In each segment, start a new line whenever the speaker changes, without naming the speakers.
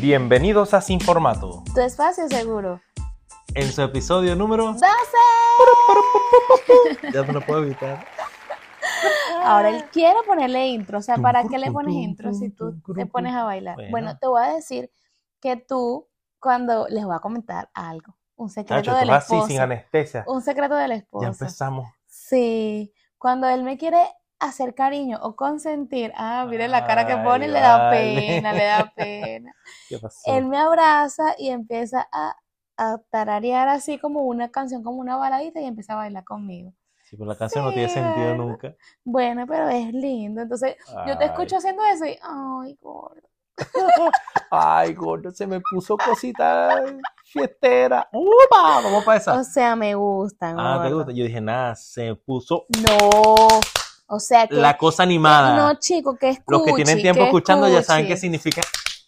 Bienvenidos a Sin Formato,
Tu espacio seguro.
en su episodio número...
12.
Ya no lo puedo evitar.
Ahora él quiere ponerle intro. O sea,
Tum,
¿para
curu,
qué le
curu,
pones
tum,
intro
tum,
si tú
tum, curu,
te
tum.
pones a bailar? Bueno,
Bueno.
te voy a decir que tú, cuando les voy a comentar algo, un secreto
Chacho, tú
del
vas así,
esposo.
sin anestesia.
Un secreto del
Ya
esposo.
empezamos.
Sí. Cuando él me quiere hacer cariño o consentir, ah, miren la cara que
Ay,
pone, le da
vale.
pena, le da pena.
¿Qué pasó?
Él me abraza y empieza a, a tararear así como una canción, como una baladita y empieza a bailar conmigo.
Sí, pero la canción no tiene
Sí,
sentido
¿verdad?
nunca.
Bueno, pero es lindo. Entonces, yo te
Ay.
escucho haciendo eso y, ay, gordo.
Ay, gordo, se me puso cosita fiestera. ¡Upa! Vamos para esa.
O sea, me gustan,
Ah, ¿te
gordo.
gusta? Yo dije, nada, se puso
No. O sea, que
la cosa animada.
no, chico, que escuche.
Los que tienen tiempo
que
escuchando ya saben qué
escuche.
significa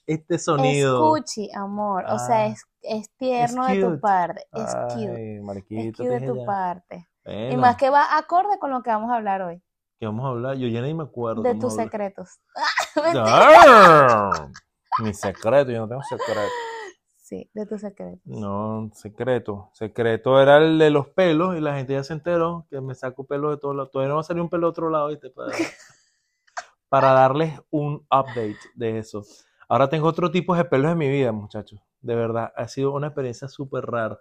este sonido.
Escuche, amor. O sea,
Ah.
es, es tierno de tu
cute.
parte. Es cute.
Ay,
Es
mariquito,
cute de
te dije
tu
ya.
parte. Y
Bueno,
más que va acorde con lo que vamos a hablar hoy.
¿qué vamos a hablar? Yo ya ni me acuerdo.
De
cómo
tus
hablar.
secretos.
¡Arr! Mi secreto, yo no tengo secreto.
Sí, de tus secretos.
No, secreto. Secreto era el de los pelos y la gente ya se enteró que me saco pelos de todos lados. Todavía no va a salir un pelo de otro lado, ¿viste? Para, para darles un update de eso. Ahora tengo otro tipo de pelos en mi vida, muchachos. De verdad, ha sido una experiencia súper rara.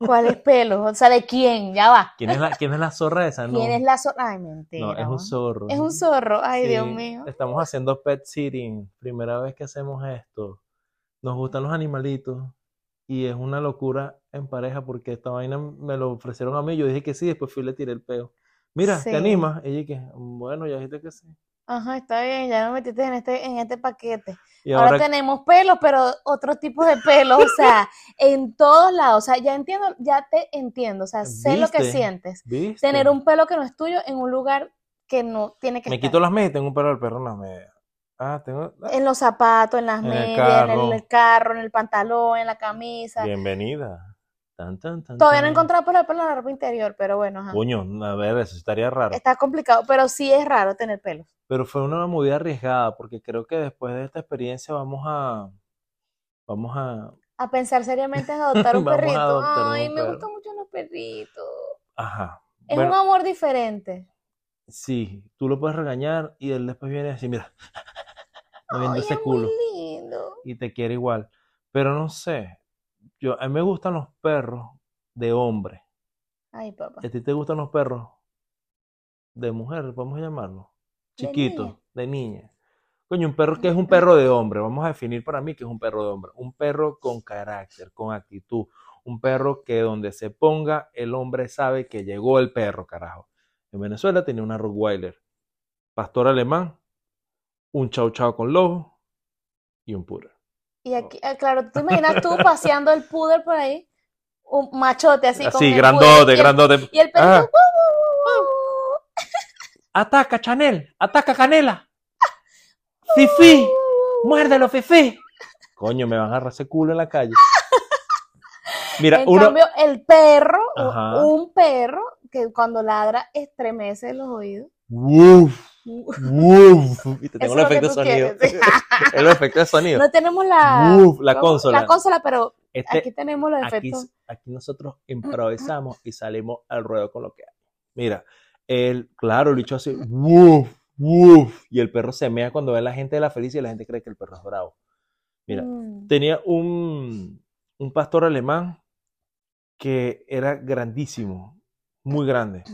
¿Cuáles pelos? O sea, ¿de quién? Ya va.
¿Quién es la, quién es la zorra esa? No,
¿Quién es la zorra? Ay,
no,
mentira.
es un
man.
zorro.
Es un zorro. Ay, Dios
Sí,
mío.
Estamos haciendo pet sitting, primera vez que hacemos esto. Nos gustan los animalitos y es una locura en pareja porque esta vaina me lo ofrecieron a mí. Yo dije que sí, después fui y le tiré el peo. Mira,
Sí.
¿te animas? Ella que, bueno, ya dijiste que sí.
Ajá, está bien, ya me metiste en este, en este paquete.
Y
Ahora,
ahora,
tenemos pelos, pero otro tipo de pelos, o sea, en todos lados. O sea, ya entiendo, ya te entiendo, o sea, sé lo que
¿Viste?
sientes.
¿viste?
Tener un pelo que no es tuyo en un lugar que no tiene que
Me
estar.
quito las medias y tengo un pelo al perro en las medias. Ah, tengo... ah,
En los zapatos, en las
En el
medias, en
carro.
el carro, en el pantalón, en la camisa.
Bienvenida. Tan, tan, tan,
Todavía no he
tan.
encontrado pelo de pelo en la ropa interior, pero bueno, ajá.
Coño, a ver, eso estaría raro.
Está complicado, pero sí es raro tener pelos.
Pero fue una movida arriesgada, porque creo que después de esta experiencia vamos a, vamos a,
A pensar seriamente en adoptar un
Vamos a
perrito.
adoptar un
Ay, me
perro.
gustan mucho los perritos.
ajá.
Es
Bueno,
un amor diferente.
sí, tú lo puedes regañar y él después viene así, mira, moviendo
Ay,
ese
es
culo
muy lindo.
y te quiere igual. Pero no sé, yo, a mí me gustan los perros de hombre.
Ay, papá.
¿A ti te gustan los perros de mujer, vamos a llamarlo?
De
Chiquitos,
niña.
de niña. Coño, un perro que es un perro de hombre. Vamos a definir para mí que es un perro de hombre. Un perro con carácter, con actitud. Un perro que donde se ponga, el hombre sabe que llegó el perro, carajo. En Venezuela tenía una Rottweiler, pastor alemán, un chau chau con lobo y un puro.
Y aquí, ah, claro, ¿tú te imaginas tú paseando el poodle por ahí? Un machote así con
Así,
el
grandote,
poodle y el-
grandote.
Y el perrito,
Ah.
"Bu, bu, bu, bu, bu,
¡Ataca, Chanel! ¡Ataca, Canela!
bu,
¡Fifi!
bu, bu".
¡Muérdelo, Fifi! Coño, me van a agarrar ese culo en la calle. Mira,
En
uno.
cambio, el perro, u-
Ajá.
un perro que cuando ladra estremece los oídos.
¡Woof!
Uf,
¡Woof! Viste, tengo el
Eso es lo que
efecto de
tú
sonido.
quieres,
el efecto de sonido.
No tenemos la,
Uf, la
¿cómo?
consola.
La consola, pero
Este-
aquí tenemos los
aquí,
efectos.
aquí nosotros improvisamos y salimos al ruedo con lo que hay. Mira, el, claro, el bicho hace woof, woof, y el perro se mea cuando ve a la gente de la feliz y la gente cree que el perro es bravo. Mira,
Mm.
tenía un, un pastor alemán que era grandísimo, muy grande.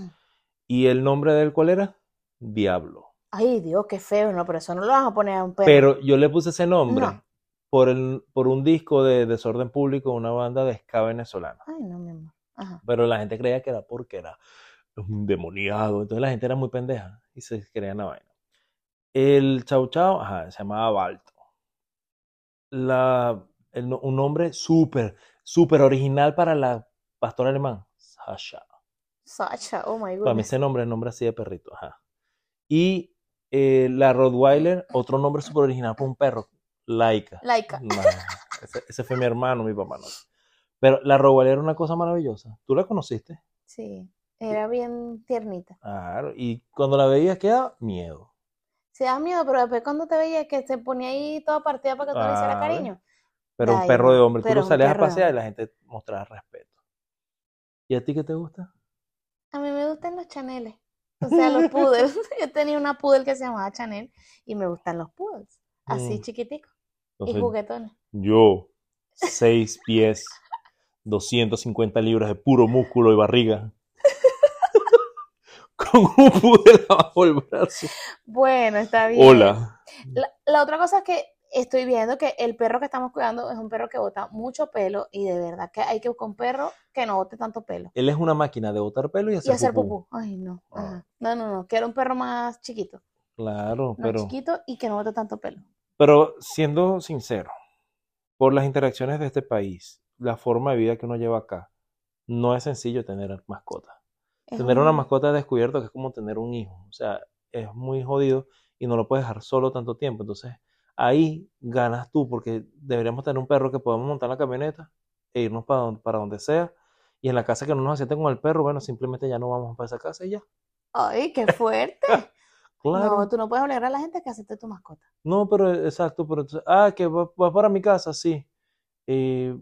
¿Y el nombre de él cuál era? Diablo.
Ay, Dios, qué feo, no, pero eso no lo vas a poner a un perro.
Pero yo le puse ese nombre
No.
por, el, por un disco de Desorden Público, una banda de ska venezolana.
Ay, no, mi amor. Ajá.
Pero la gente creía que era porque era un demoniado. Entonces la gente era muy pendeja y se creían la vaina. El Chau Chau, ajá, se llamaba Balto. La, el no- un nombre súper, súper original para la pastora alemán, Sasha.
Sacha, oh my
Para mí
goodness.
ese nombre es nombre así de perrito, ajá. Y eh, la Rottweiler, otro nombre súper original para un perro, Laika.
Laika.
No, ese, ese fue mi hermano, mi papá no. Pero la Rottweiler era una cosa maravillosa. ¿Tú la conociste?
Sí, era bien tiernita.
Claro, y cuando la veías quedaba miedo.
Se da miedo, pero después cuando te veía que se ponía ahí toda partida para que tú le hicieras
Ah,
cariño,
Pero un
Ay,
perro de hombre, tú
pero
lo
un
salías a
perro de
pasear y la gente mostraba respeto. ¿Y a ti qué te gusta?
A mí me gustan los chaneles. O sea, los poodles. Yo tenía una poodle que se llamaba Chanel y me gustan los poodles. Así
Mm.
chiquiticos y
Entonces,
juguetones.
yo, seis pies, 250 libras de puro músculo y barriga, con un poodle bajo el brazo.
Bueno, está bien.
Hola.
La, la otra cosa es que estoy viendo que el perro que estamos cuidando es un perro que bota mucho pelo y de verdad que hay que buscar un perro que no bote tanto pelo.
Él es una máquina de botar pelo y
Y
hacer,
hacer
pupú.
pupú. Ay, no.
Ah.
ajá. No, no, no. Quiero un perro más chiquito.
Claro,
Más
pero,
chiquito y que no bote tanto pelo.
pero siendo sincero, por las interacciones de este país, la forma de vida que uno lleva acá, no es sencillo tener mascotas.
Es
Tener una
un-
mascota descubierto que es como tener un hijo. O sea, es muy jodido y no lo puedes dejar solo tanto tiempo. Entonces, ahí ganas tú, porque deberíamos tener un perro que podamos montar en la camioneta e irnos para donde, para donde sea. Y en la casa que no nos asienten con el perro, bueno, simplemente ya no vamos para esa casa y ya.
Ay, qué fuerte. No,
Claro.
tú no puedes obligar a la gente que acepte tu mascota.
No, pero e, exacto, pero entonces, ah, que va- vas para mi casa, sí. Eh,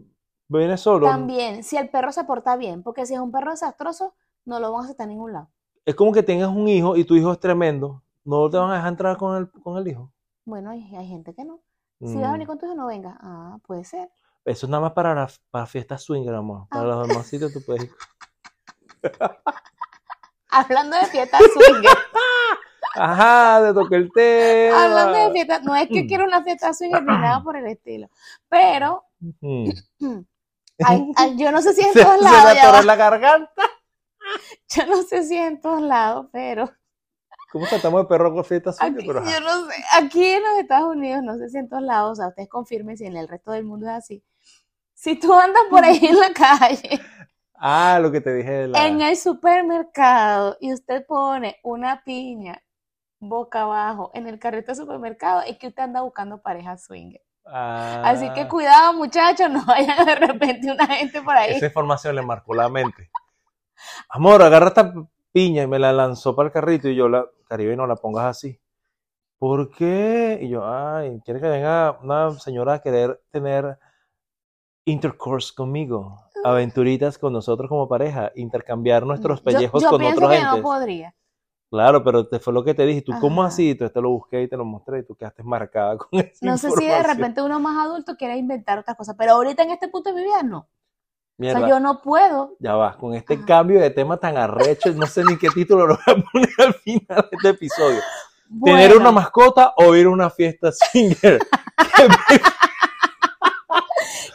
vienes solo.
También, si el perro se porta bien, porque si es un perro desastroso, no lo van a aceptar en ningún lado.
Es como que tengas un hijo y tu hijo es tremendo. No te van a dejar entrar con el, con el hijo.
Bueno, hay, hay gente que no. Si vas a venir
Mm.
con tu hijo, no vengas. Ah, puede ser.
Eso es nada más para las para fiestas swinger, amor. Para
Ah.
los demás sitios tú puedes ir.
Hablando de fiestas swinger,
Ajá, te toqué el tema.
hablando de fiestas, no es
Mm.
que quiero una fiesta swinger ni nada por el estilo, pero
Ujú.
hay- hay- yo no sé si en
Mm. Se,
todos
se
lados,
le
ya
atoró
va,
en la garganta.
yo no sé si es en todos lados, pero
¿Cómo tratamos de perro con fiestas swinger?
aquí,
Pero, ajá.
yo no sé, aquí en los Estados Unidos, no sé si en todos lados, o sea, ustedes confirmen si en el resto del mundo es así. Si tú andas por ahí en la calle,
Ah, lo que te dije de la.
en el supermercado y usted pone una piña boca abajo en el carrito del supermercado, es que usted anda buscando pareja swinger. Así que
Ah,
cuidado, muchachos, no vayan de repente una gente por ahí.
Esa información le marcó la mente. Amor, agarra esta piña y me la lanzó para el carrito y yo la. Caribe, no la pongas así. ¿Por qué? Y yo, ay, quiere que venga una señora a querer tener intercourse conmigo, aventuritas con nosotros como pareja, intercambiar nuestros
Yo-
pellejos
yo
con
pienso
otros
que
entes.
no podría.
Claro, pero te fue lo que te dije. ¿Tú cómo
Ajá.
así? Entonces te lo busqué y te lo mostré y tú quedaste marcada con esa
No sé si de
información.
repente uno más adulto quiera inventar otras cosas, pero ahorita en este punto de mi vida no. O sea,
Mierda,
yo no puedo.
ya vas, con este
Ajá.
cambio de tema tan arrecho, no sé ni qué título lo voy a poner al final de este episodio. ¿Tener
Bueno,
una mascota o ir a una fiesta singer?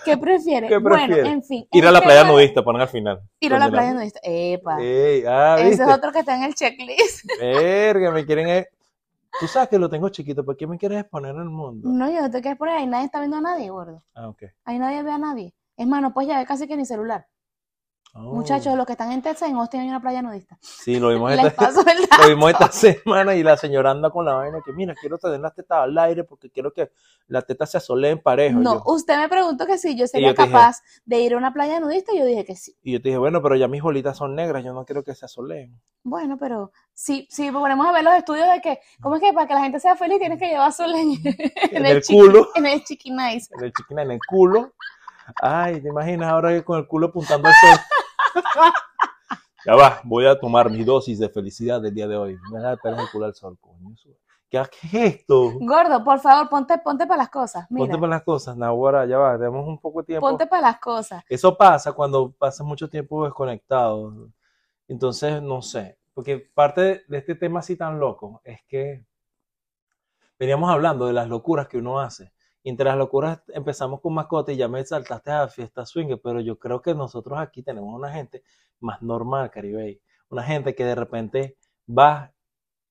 ¿Qué prefieres?
¿Qué
bueno,
prefieres?
en fin.
ir a la
este
playa
era-
nudista, ponen al final.
Ir a la
Donde
playa nudista. Epa.
Ey, ah,
Ese
¿viste?
es otro que está en el checklist.
Verga, me quieren... eh, Tú sabes que lo tengo chiquito, ¿por qué me quieres exponer al mundo?
No, yo no te quiero poner ahí. Nadie está viendo a nadie, gordo.
Ah, ok.
Ahí nadie ve a nadie. Es más, no puedes llevar casi que ni celular.
Oh.
Muchachos, los que están en Texas, en Austin hay una playa nudista.
Sí, lo vimos,
Les
esta,
paso el
lo
dato.
vimos esta semana y la señora anda con la vaina que, mira, quiero tener las tetas al aire porque quiero que las tetas se asoleen parejo. Y
No,
yo-
usted me preguntó que si yo sería
yo te dije-
capaz de ir a una playa nudista y yo dije que sí.
Y yo te dije, bueno, pero ya mis bolitas son negras, yo no quiero que se asoleen.
Bueno, pero si, si ponemos a ver los estudios de que, ¿cómo es que para que la gente sea feliz tienes que llevar sol en, en
En
el,
el
chiqui-
culo.
En el chiquinais.
El chiquina en el culo. Ay, ¿te imaginas ahora que con el culo apuntando al sol? Ya va, voy a tomar mi dosis de felicidad del día de hoy. Me da pelas el culo al sol, coño. ¿Qué, qué es esto?
Gordo, por favor, ponte, ponte para las cosas. Mira,
Ponte para las cosas, Nahuara, ya va, demos un poco de tiempo.
ponte para las cosas.
Eso pasa cuando pasas mucho tiempo desconectado. Entonces, no sé, porque parte de- de este tema así tan loco es que veníamos hablando de las locuras que uno hace. Y entre las locuras empezamos con mascotas y ya me saltaste a fiesta swinger, pero yo creo que nosotros aquí tenemos una gente más normal, Caribe. Una gente que de repente va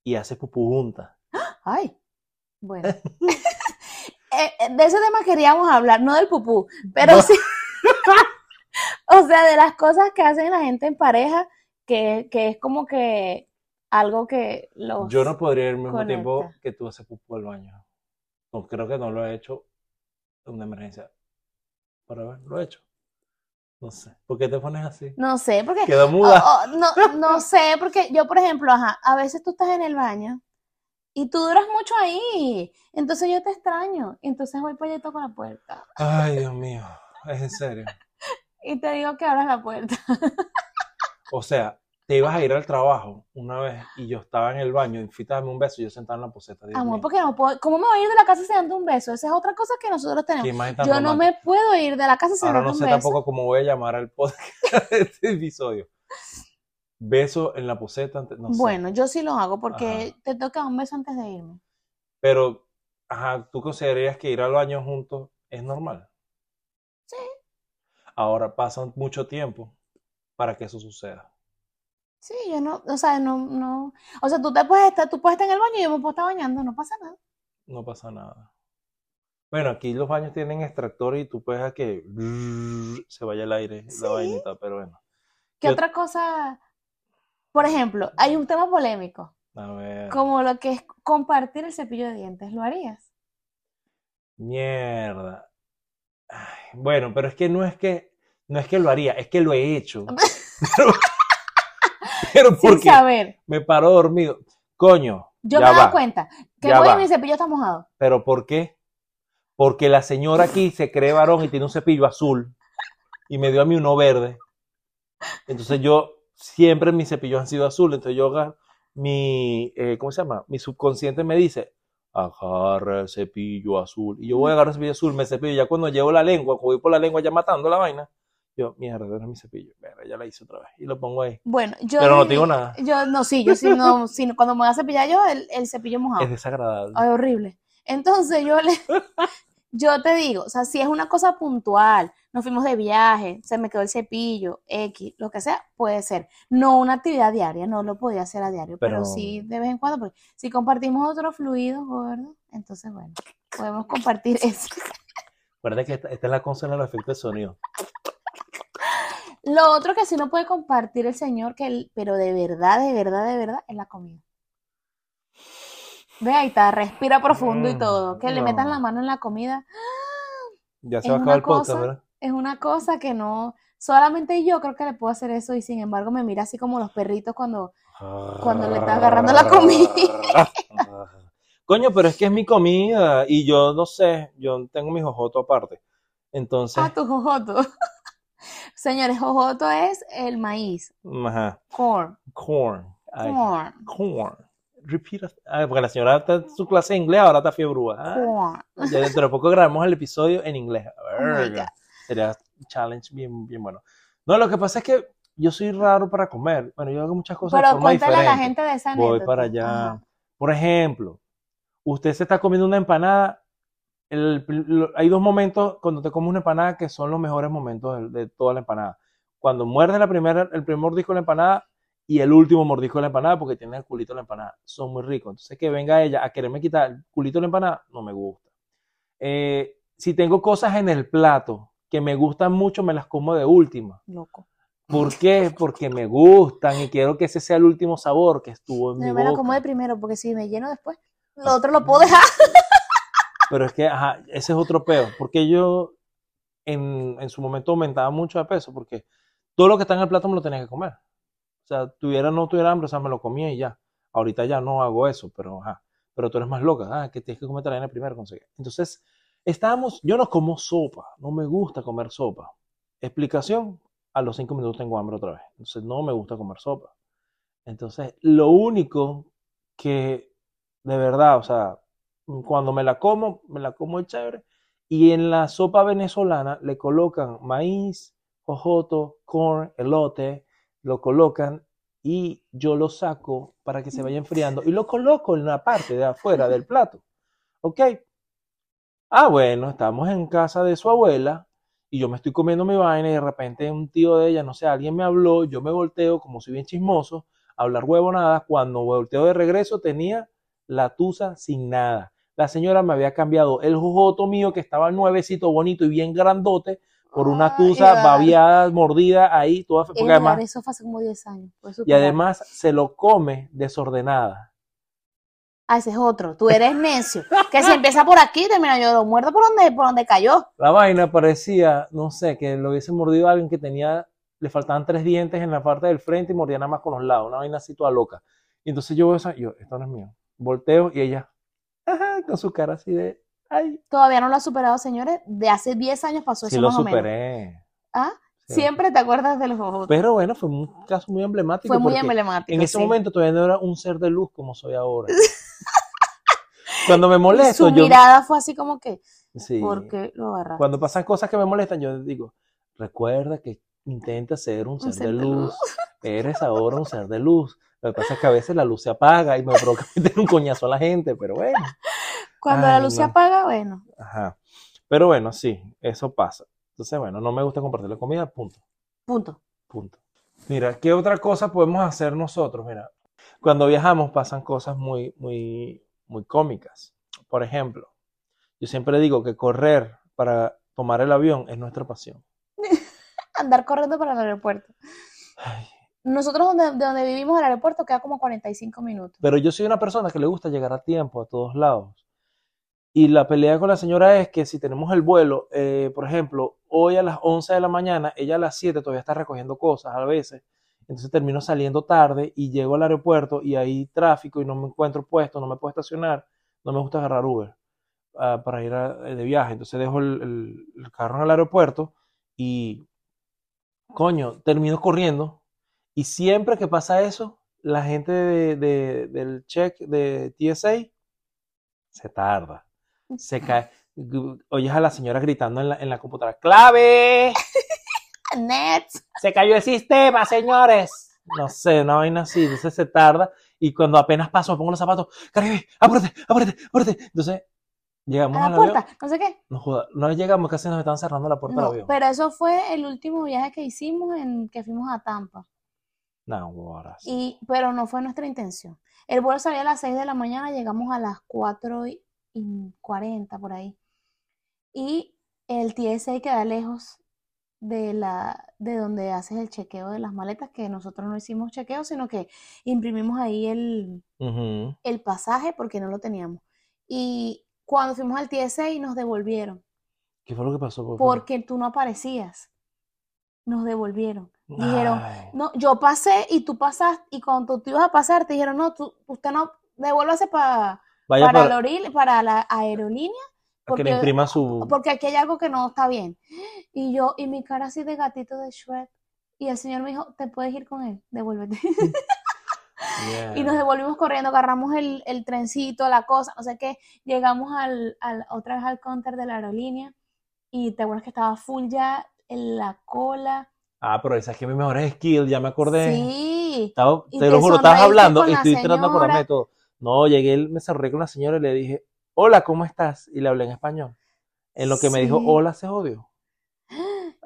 y hace pupú juntas.
Ay, bueno. Eh, eh, de ese tema queríamos hablar, no del pupú, pero
No.
sí. o sea, de las cosas que hacen la gente en pareja, que, que es como que algo que los.
Yo no podría ir al mismo
conecta.
tiempo que tú haces pupú al baño. No, creo que no lo he hecho en una emergencia. Para ver, lo he hecho. No sé. ¿Por qué te pones así?
No sé, porque
Quedó
Oh,
muda.
oh, no, no sé, porque yo, por ejemplo, ajá, a veces tú estás en el baño Y tú duras mucho ahí. Entonces yo te extraño. Entonces voy para allá y toco la puerta.
Ay, Dios mío. Es en serio.
Y te digo que abras la puerta.
O sea, te ibas a ir al trabajo una vez y yo estaba en el baño, infítame un beso y yo sentaba en la poseta. Dios
Amor,
mío.
porque no puedo. ¿Cómo me voy a ir de la casa sin darte un beso? Esa es otra cosa que nosotros
Qué
tenemos.
imagen tan
Yo no
romántica.
me puedo ir de la casa sin
Ahora
darte
no
un
sé
beso.
tampoco cómo voy a llamar al podcast de este episodio. Beso en la poseta, ante- no sé.
Bueno, yo sí lo hago porque
Ajá.
te toca un beso antes de irme.
Pero, ajá, ¿tú considerarías que ir al baño juntos es normal?
Sí.
Ahora pasa mucho tiempo para que eso suceda.
Sí, yo no, o sea, no, no, o sea, tú te puedes estar, tú puedes estar en el baño y yo me puedo estar bañando, no pasa nada.
No pasa nada. Bueno, aquí los baños tienen extractor y tú puedes a que brrr, se vaya el aire,
Sí.
la vainita, pero bueno.
¿Qué
Yo-
otra cosa? Por ejemplo, hay un tema polémico,
A ver.
como lo que es compartir el cepillo de dientes, ¿lo harías?
Mierda. Ay, bueno, pero es que no es que no es que lo haría, es que lo he hecho. Pero, pero
Sin
porque
saber.
me paro dormido. Coño,
Yo
ya
me he dado
va.
cuenta que
ya
voy y
va.
mi cepillo está mojado.
¿Pero por qué? Porque la señora aquí se cree varón y tiene un cepillo azul y me dio a mí uno verde. Entonces yo, siempre mis cepillos han sido azul, entonces yo, agar- mi, eh, ¿cómo se llama? Mi subconsciente me dice, agarra el cepillo azul. Y yo voy a agarrar el cepillo azul, me cepillo, y ya cuando llevo la lengua, cuando voy por la lengua ya matando la vaina, yo, mierda, no es mi cepillo, Verga, ya la hice otra vez y lo pongo ahí.
Bueno, yo
Pero no te
diría-
digo nada,
Yo no, sí, yo sí, no, sí, no, cuando me voy a cepillar yo, el, el cepillo mojado.
es desagradable.
Ay, horrible. Entonces yo le, yo te digo, o sea, si es una cosa puntual, nos fuimos de viaje, se me quedó el cepillo, X, lo que sea, puede ser. No una actividad diaria, no lo podía hacer a diario, pero,
Pero-
sí de vez en cuando, porque si compartimos otros fluidos, gordo, entonces bueno, podemos compartir eso.
Recuerda que esta, esta es la consola de los efectos de sonido.
Lo otro que sí no puede compartir el señor, que él- pero de verdad, de verdad, de verdad, es la comida. Ve ahí está, respira profundo y
Mm,
todo. Que le
no.
metan la mano en la comida.
Ya se
Es
va a
una
acabar el podcast,
cosa-
¿verdad?
es una cosa que no, solamente yo creo que le puedo hacer eso y sin embargo me mira así como los perritos cuando, cuando le está agarrando la comida.
Ah. Coño, pero es que es mi comida y yo no sé, yo tengo mis ojotos aparte. Entonces,
ah, tu jojoto. Señores, jojoto es el maíz,
mm, ajá,
corn,
corn, ay,
corn,
corn. Repeat. af- Ay, porque la señora está en su clase de inglés, ahora está fiebrúa. Ah,
corn. Oh
ya dentro de poco grabamos el episodio en inglés.
my
Verga. Sería un challenge bien, bien bueno. No, lo que pasa es que yo soy raro para comer. Bueno, yo hago muchas cosas de
Pero
forma
cuéntale a la
diferente.
gente de esa
Voy
anécdota.
para allá.
Ajá.
Por ejemplo, usted se está comiendo una empanada. el- lo- hay dos momentos cuando te comes una empanada que son los mejores momentos del- de, toda la empanada. Cuando muerdes la primera, el primer mordisco de la empanada y el último mordisco de la empanada porque tienes el culito de la empanada. Son muy ricos. Entonces, que venga ella a quererme quitar el culito de la empanada, no me gusta. Eh, si tengo cosas en el plato que me gustan mucho, me las como de última.
Loco.
¿Por qué? Porque me gustan y quiero que ese sea el último sabor que estuvo en mi
No, me lo
boca.
como de primero porque si me lleno después, lo otro lo puedo dejar.
Pero es que, ajá, ese es otro peo, porque yo en, en su momento aumentaba mucho de peso, porque todo lo que está en el plato me lo tenía que comer. O sea, tuviera o no tuviera hambre, o sea, me lo comía y ya. Ahorita ya no hago eso, pero ajá. Pero tú eres más loca, ah, que tienes que comer la vaina primero, conseguir. Entonces, estábamos, yo no como sopa, no me gusta comer sopa. Explicación, a los cinco minutos tengo hambre otra vez. Entonces, no me gusta comer sopa. Entonces, lo único que de verdad, o sea, cuando me la como, me la como es chévere. Y en la sopa venezolana le colocan maíz, ojoto, corn, elote, lo colocan y yo lo saco para que se vaya enfriando y lo coloco en la parte de afuera del plato. ¿Ok? Ah, bueno, estamos en casa de su abuela y yo me estoy comiendo mi vaina y de repente un tío de ella, no sé, alguien me habló, yo me volteo como soy bien chismoso, a hablar huevonadas, cuando volteo de regreso tenía la tusa sin nada. La señora me había cambiado el jojoto mío que estaba nuevecito, bonito y bien grandote por una
Ay,
tusa
vale.
babeada, mordida ahí, toda fe- porque
Edgar,
además
eso fue hace como 10 años. fue
y
superado.
además se lo come desordenada.
Ah, ese es otro. Tú eres necio. Que si empieza por aquí, termina yo lo muerdo por donde, por donde cayó.
La vaina parecía, no sé, que lo hubiese mordido a alguien que tenía, le faltaban tres dientes en la parte del frente y mordía nada más con los lados, una vaina así toda loca. Y entonces yo veo esa, y yo, esto no es mío. volteo y ella, ajá, con su cara así de, ay,
Todavía no lo ha superado, señores. De hace 10 años pasó
sí
eso
lo
más o menos.
superé.
¿Ah?
Sí.
Siempre te acuerdas de los ojos.
Pero bueno, fue un caso muy emblemático.
Fue muy
porque
emblemático.
En ese
sí.
momento todavía no era un ser de luz como soy ahora. Cuando me molesto,
Su
yo.
mirada fue así como que,
Sí.
¿por qué lo agarraste?
Cuando pasan cosas que me molestan, yo digo, recuerda que intenta ser un ser, de luz. Eres ahora un ser de luz. Lo que pasa es que a veces la luz se apaga y me provoca meter un coñazo a la gente, pero bueno.
Cuando la
Ay,
luz se
bueno.
apaga, bueno.
Ajá. Pero bueno, sí, eso pasa. Entonces, bueno, no me gusta compartir la comida, punto.
Punto.
Punto. Mira, ¿qué otra cosa podemos hacer nosotros? Mira, cuando viajamos pasan cosas muy, muy, muy cómicas. Por ejemplo, yo siempre digo que correr para tomar el avión es nuestra pasión.
Andar corriendo para el aeropuerto.
Ay,
Nosotros donde, de donde vivimos el aeropuerto queda como 45 minutos.
Pero yo soy una persona que le gusta llegar a tiempo a todos lados. Y la pelea con la señora es que si tenemos el vuelo, eh, por ejemplo, hoy a las 11 de la mañana, ella a las 7 todavía está recogiendo cosas a veces. Entonces termino saliendo tarde y llego al aeropuerto y hay tráfico y no me encuentro puesto, no me puedo estacionar, no me gusta agarrar Uber ah, para ir a- de viaje. Entonces dejo el, el- el carro en el aeropuerto y, coño, termino corriendo. Y siempre que pasa eso, la gente de- de- del check de TSA se tarda. Se cae. Gu- Oyes a la señora gritando en la, en la computadora, ¡clave!
Net.
Se cayó el sistema, señores. No sé, una vaina así, entonces se tarda. Y cuando apenas paso, me pongo los zapatos, Caribe, apúrate, apúrate, apúrate. Entonces, llegamos
A
al
la
avión.
puerta. No sé qué.
No joda, no llegamos, casi nos están cerrando la puerta del
No,
avión.
pero eso fue el último viaje que hicimos en que fuimos a Tampa.
No, ahora sí.
Y, pero no fue nuestra intención. El vuelo salía a las 6 de la mañana, llegamos a las 4 y y 40 por ahí. Y el TSA queda lejos de la, de donde haces el chequeo de las maletas, que nosotros no hicimos chequeo, sino que imprimimos ahí el,
Ujú.
el pasaje porque no lo teníamos. Y cuando fuimos al TSA nos devolvieron,
¿Qué fue lo que pasó? por favor?
porque tú no aparecías. Nos devolvieron. Dijeron,
Ay,
no, yo pasé y tú pasaste, y cuando tú ibas a pasar, te dijeron, no, tú, usted no, devuélvase pa-
vaya
para,
para,
la oril- para la aerolínea,
a que le
porque-
impriman su...
porque aquí hay algo que no está bien. Y yo, y mi cara así de gatito de Shrek, y el señor me dijo, te puedes ir con él, devuélvete. Y nos
Mierda.
devolvimos corriendo, agarramos el, el trencito, la cosa, no sé qué, llegamos al, al- otra vez al counter de la aerolínea, y te acuerdas que estaba full ya en la cola.
Ah, pero esa es que mi mejor skill, ya me acordé.
Sí.
Estaba-
Y
te
te
lo juro, estabas
sonreíste
hablando
con
y
la
estoy tratando de acordarme de
señora.
todo. No, llegué, él- me sonreí con la señora y le dije, hola, ¿cómo estás? Y le hablé en español. En lo que me dijo,
Sí.
hola, se jodió.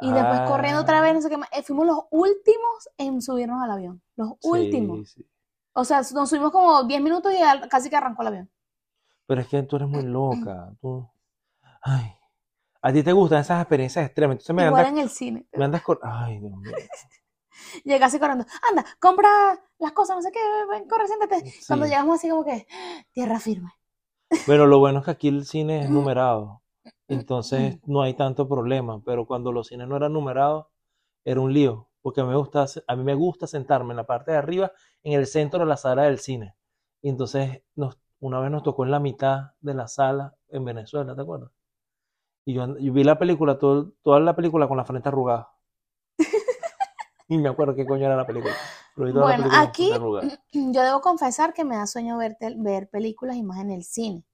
Y después corriendo otra
Ah,
vez, no sé qué más. Eh, Fuimos los últimos en subirnos al avión. Los
sí,
últimos.
sí.
O sea, nos subimos como 10 minutos y al- casi que arrancó el avión.
Pero es que tú eres muy loca. Tú... Ay. A ti te gustan esas experiencias extremas. Entonces me
Igual
andas,
en el cine.
me andas cor- Ay, Dios mío.
Llegué así corriendo. Anda, compra las cosas, no sé qué, ven, corre, siéntate. Cuando
Sí.
llegamos así como que, tierra firme.
Bueno, lo bueno es que aquí el cine es numerado, entonces no hay tanto problema, pero cuando los cines no eran numerados, era un lío, porque me gusta, se- a mí me gusta sentarme en la parte de arriba, en el centro de la sala del cine. Y entonces nos, una vez nos tocó en la mitad de la sala en Venezuela, ¿te acuerdas? Y yo, and- yo vi la película, todo- toda la película con la frente arrugada. Y me acuerdo qué coño era la película. pero vi toda la
Bueno,
película con la
aquí-
frente arrugada.
Yo debo confesar que me da sueño ver, tel- ver películas y más en el cine.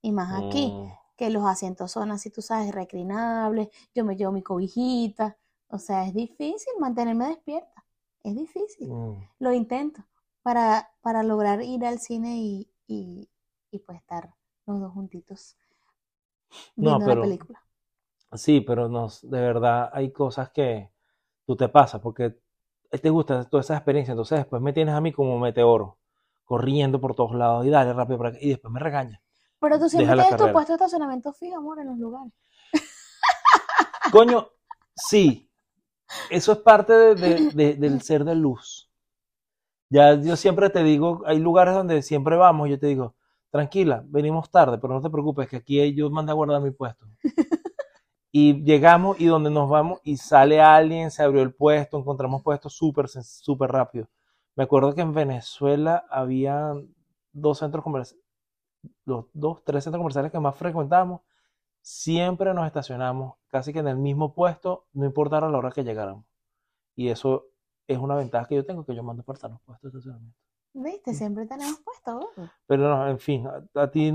Y más Ah, aquí,
Mm.
que los asientos son así, tú sabes, reclinables. Yo me llevo mi cobijita. O sea, es difícil mantenerme despierta. Es difícil.
Mm.
lo intento para, para lograr ir al cine y, y, y pues estar los dos juntitos
No,
viendo
pero-
la película.
Sí, pero nos, de verdad hay cosas que tú te pasas porque a ti te gusta toda esa experiencia. Entonces después me tienes a mí como meteoro, corriendo por todos lados y dale rápido para acá, y después me regañas.
Pero tú siempre
Deja la
tienes tu
carrera.
puesto de estacionamiento fijo, amor, en los lugares.
Coño, sí, eso es parte de- de- de- del ser de luz. Ya yo siempre te digo, hay lugares donde siempre vamos, yo te digo, tranquila, venimos tarde, pero no te preocupes, que aquí yo mandé a guardar mi puesto. Y llegamos y donde nos vamos y sale alguien, se abrió el puesto, encontramos puestos súper, sen- súper rápido. Me acuerdo que en Venezuela había dos centros comerciales, los dos, tres centros comerciales que más frecuentamos, siempre nos estacionamos casi que en el mismo puesto, no importara la hora que llegáramos. Y eso es una ventaja que yo tengo, que yo mando apartar los puestos de estacionamiento.
¿Viste? Siempre tenemos puesto. ¿no?
Pero no, en fin, a, a ti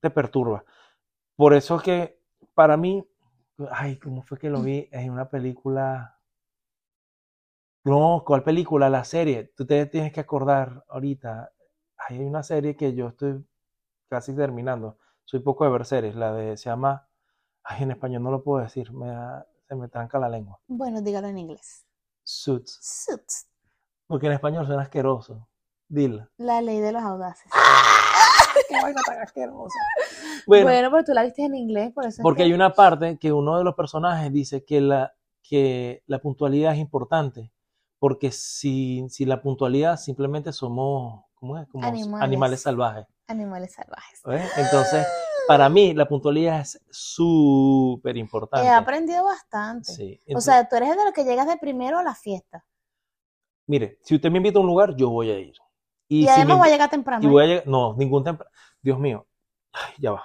te perturba. Por eso es que para mí, ay, ¿cómo fue que lo vi? En una película... No, ¿cuál película? La serie. Tú te tienes que acordar ahorita. Hay una serie que yo estoy casi terminando. Soy poco de ver series. La de se llama. Ay, en español no lo puedo decir. Me da- se me tranca la lengua.
Bueno, dígalo en inglés.
Suits.
Suits.
Porque en español suena asqueroso. Dila.
La ley de los audaces.
Qué vaina tan asquerosa.
Bueno,
Bueno,
pero tú la viste en inglés, por eso. es
porque
que-
hay una parte que uno de los personajes dice que la, que la puntualidad es importante. Porque si, si la puntualidad simplemente somos ¿cómo es? Como
Animales.
animales salvajes.
Animales salvajes.
¿ves? Entonces, para mí, la puntualidad es súper
He
importante.
aprendido bastante.
Sí.
O
Entonces,
sea, tú eres de los que llegas de primero a la fiesta.
mire, si usted me invita a un lugar, yo voy a ir.
Y,
Y, si
además
me
va a
invi-
llegar temprano.
y voy a llegar- No, ningún temprano. Dios mío. Ay, ya va.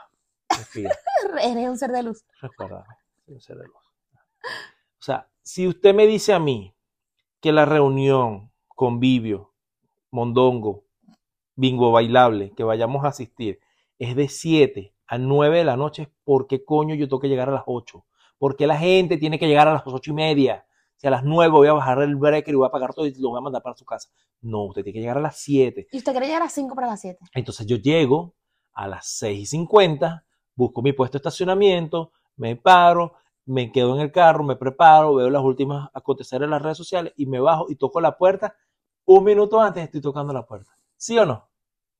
Respira,
Eres un ser de luz.
recuérdame. soy un ser de luz. O sea, si usted me dice a mí que la reunión, convivio, mondongo, bingo bailable, que vayamos a asistir, es de 7 a 9 de la noche, ¿por qué coño yo tengo que llegar a las 8? ¿Por qué la gente tiene que llegar a las 8 y media? Si a las 9 voy a bajar el breaker y voy a pagar todo y lo voy a mandar para su casa. No, usted tiene que llegar a las 7.
Y usted quiere llegar a las 5 para las 7.
Entonces yo llego a las 6 y 50, busco mi puesto de estacionamiento, me paro, me quedo en el carro, me preparo, veo las últimas acontecer en las redes sociales y me bajo y toco la puerta. Un minuto antes estoy tocando la puerta. ¿Sí o no?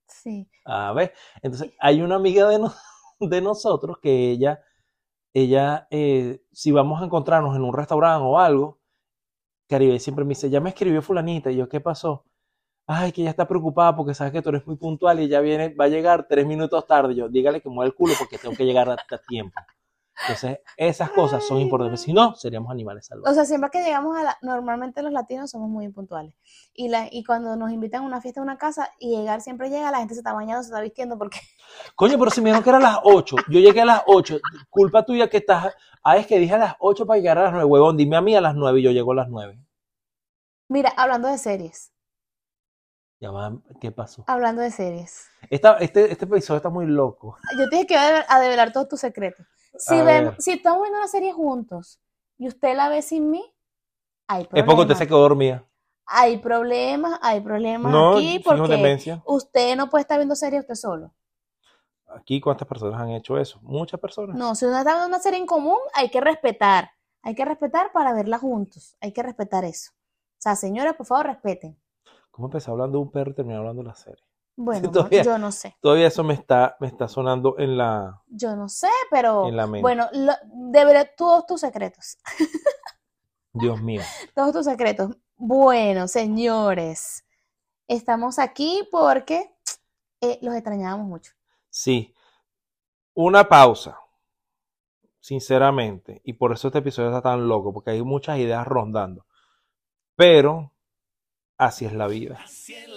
Sí.
A ver, entonces hay una amiga de, nos- de nosotros que ella, ella, eh, si vamos a encontrarnos en un restaurante o algo, Caribe siempre me dice, ya me escribió fulanita, y yo, ¿qué pasó? Ay, que ella está preocupada porque sabes que tú eres muy puntual y ella viene, va a llegar tres minutos tarde. Y Yo, dígale que mueva el culo porque tengo que llegar a, a tiempo. Entonces, esas cosas son
Ay,
importantes.
no.
Si no, seríamos animales
O
salvajes.
sea, siempre que llegamos a la... Normalmente los latinos somos muy impuntuales. Y, la... y cuando nos invitan a una fiesta, a una casa, y llegar siempre llega, la gente se está bañando, se está vistiendo, porque
Coño, pero si me dijeron que era a las 8, yo llegué a las 8, culpa tuya que estás. Ah, es que dije a las 8 para llegar a las 9, huevón, dime a mí a las 9 y yo llego a las 9.
Mira, hablando de series,
Ya va, ¿qué pasó?
hablando de series.
Esta- este, este episodio está muy loco.
Yo te dije que iba a devel- a develar todos tus secretos. Si,
A
vemos-
ver.
si estamos viendo una serie juntos y usted la ve sin mí, hay
Es poco te
problemas.
se quedó dormida.
Hay problemas, hay problemas
No,
aquí
fijo
porque
demencia.
usted no puede estar viendo series usted solo.
Aquí, ¿cuántas personas han hecho eso? Muchas personas.
No, si uno está viendo una serie en común, hay que respetar. Hay que respetar para verla juntos. Hay que respetar eso. O sea, señora, por favor, respeten.
¿Cómo empecé hablando de un perro y terminé hablando de la serie?
Bueno, amor,
Todavía-
yo no sé.
Todavía eso me está, me está sonando en la,
Yo no sé, pero
en la mente.
bueno, lo, develar todos tus secretos.
Dios mío.
Todos tus secretos. Bueno, señores, estamos aquí porque eh, los extrañábamos mucho.
Sí. Una pausa. Sinceramente. Y por eso este episodio está tan loco, porque hay muchas ideas rondando. Pero así es la vida.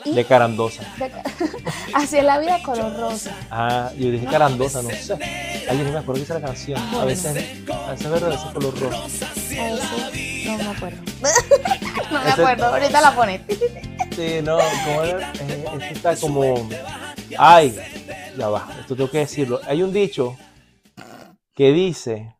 Y-
De Carandosa.
de- Así es la vida color rosa.
Ah, yo dije Carandosa, no sé. Alguien no me acuerdo que hizo la canción. A veces, a veces verde, a veces color rojo.
A veces- no me acuerdo. No me
Ese-
acuerdo, ahorita la pones.
Sí, no, como era, eh, esto está como. Ay, ya va, esto tengo que decirlo. Hay un dicho que dice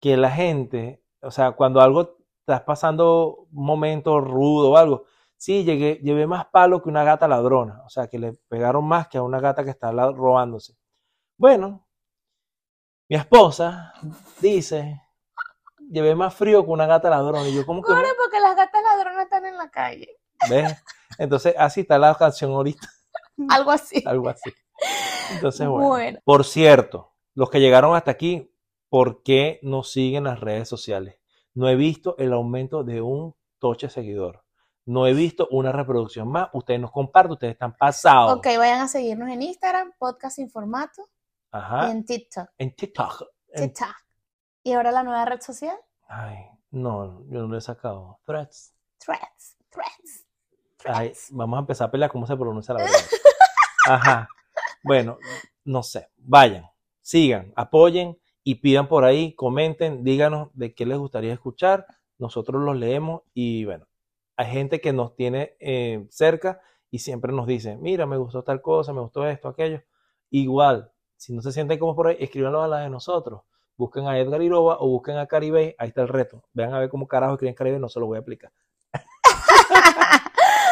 que la gente, o sea, cuando algo estás pasando un momento rudo o algo, sí, llegué, llevé más palo que una gata ladrona, o sea, que le pegaron más que a una gata que está la- robándose. Bueno, mi esposa dice, llevé más frío que una gata ladrona, y yo como que...
Ahora porque las gatas ladronas están en la calle.
¿Ves? Entonces, así está la canción ahorita,
Algo así.
algo así. Entonces, bueno.
Bueno,
Por cierto, los que llegaron hasta aquí, ¿por qué no siguen las redes sociales? No he visto el aumento de un toche seguidor. No he visto una reproducción más. Ustedes nos comparten, ustedes están pasados.
ok, vayan a seguirnos en Instagram, Podcast Sin Formato, y
Ajá. En,
en TikTok.
TikTok. Ah, En-
TikTok. Y ahora la nueva red social,
Ay, no, yo no lo he sacado. Threads.
Threads. Threads.
Ay, vamos a empezar a pelear cómo se pronuncia la verdad. Ajá. Bueno, no sé, vayan, sigan, apoyen y pidan por ahí, comenten, díganos de qué les gustaría escuchar, nosotros los leemos y bueno, hay gente que nos tiene eh, cerca y siempre nos dice, mira, me gustó tal cosa, me gustó esto, aquello. Igual, si no se sienten como por ahí, escríbanlo a las de nosotros. Busquen a Edgar Iroba o busquen a Caribe, ahí está el reto. Vean a ver cómo carajo escriben Caribe, no se lo voy a aplicar.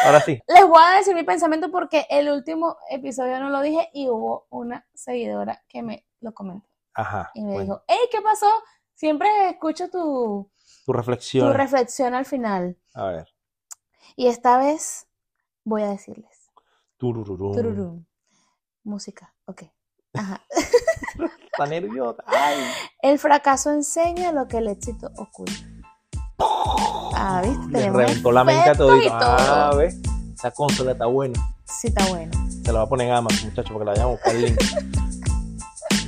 Ahora sí.
Les voy a decir mi pensamiento porque el último episodio no lo dije y hubo una seguidora que me lo comentó
Ajá.
y me
bueno,
dijo, hey, ¿qué pasó? Siempre escucho tu,
tu
tu
reflexión.
reflexión al final
a ver.
y esta vez voy a decirles,
Turururum.
tururum, música, ok. Ajá.
Está nerviosa. Ay.
El fracaso enseña lo que el éxito oculta. Ah, ¿viste?
Le
Tenemos
reventó la mente a
efectos y
todito.
todo.
Ah, ¿ves? Esa consola está buena.
Sí, está bueno.
Se la va a poner en Amazon, muchachos, porque la vayan a buscar el link.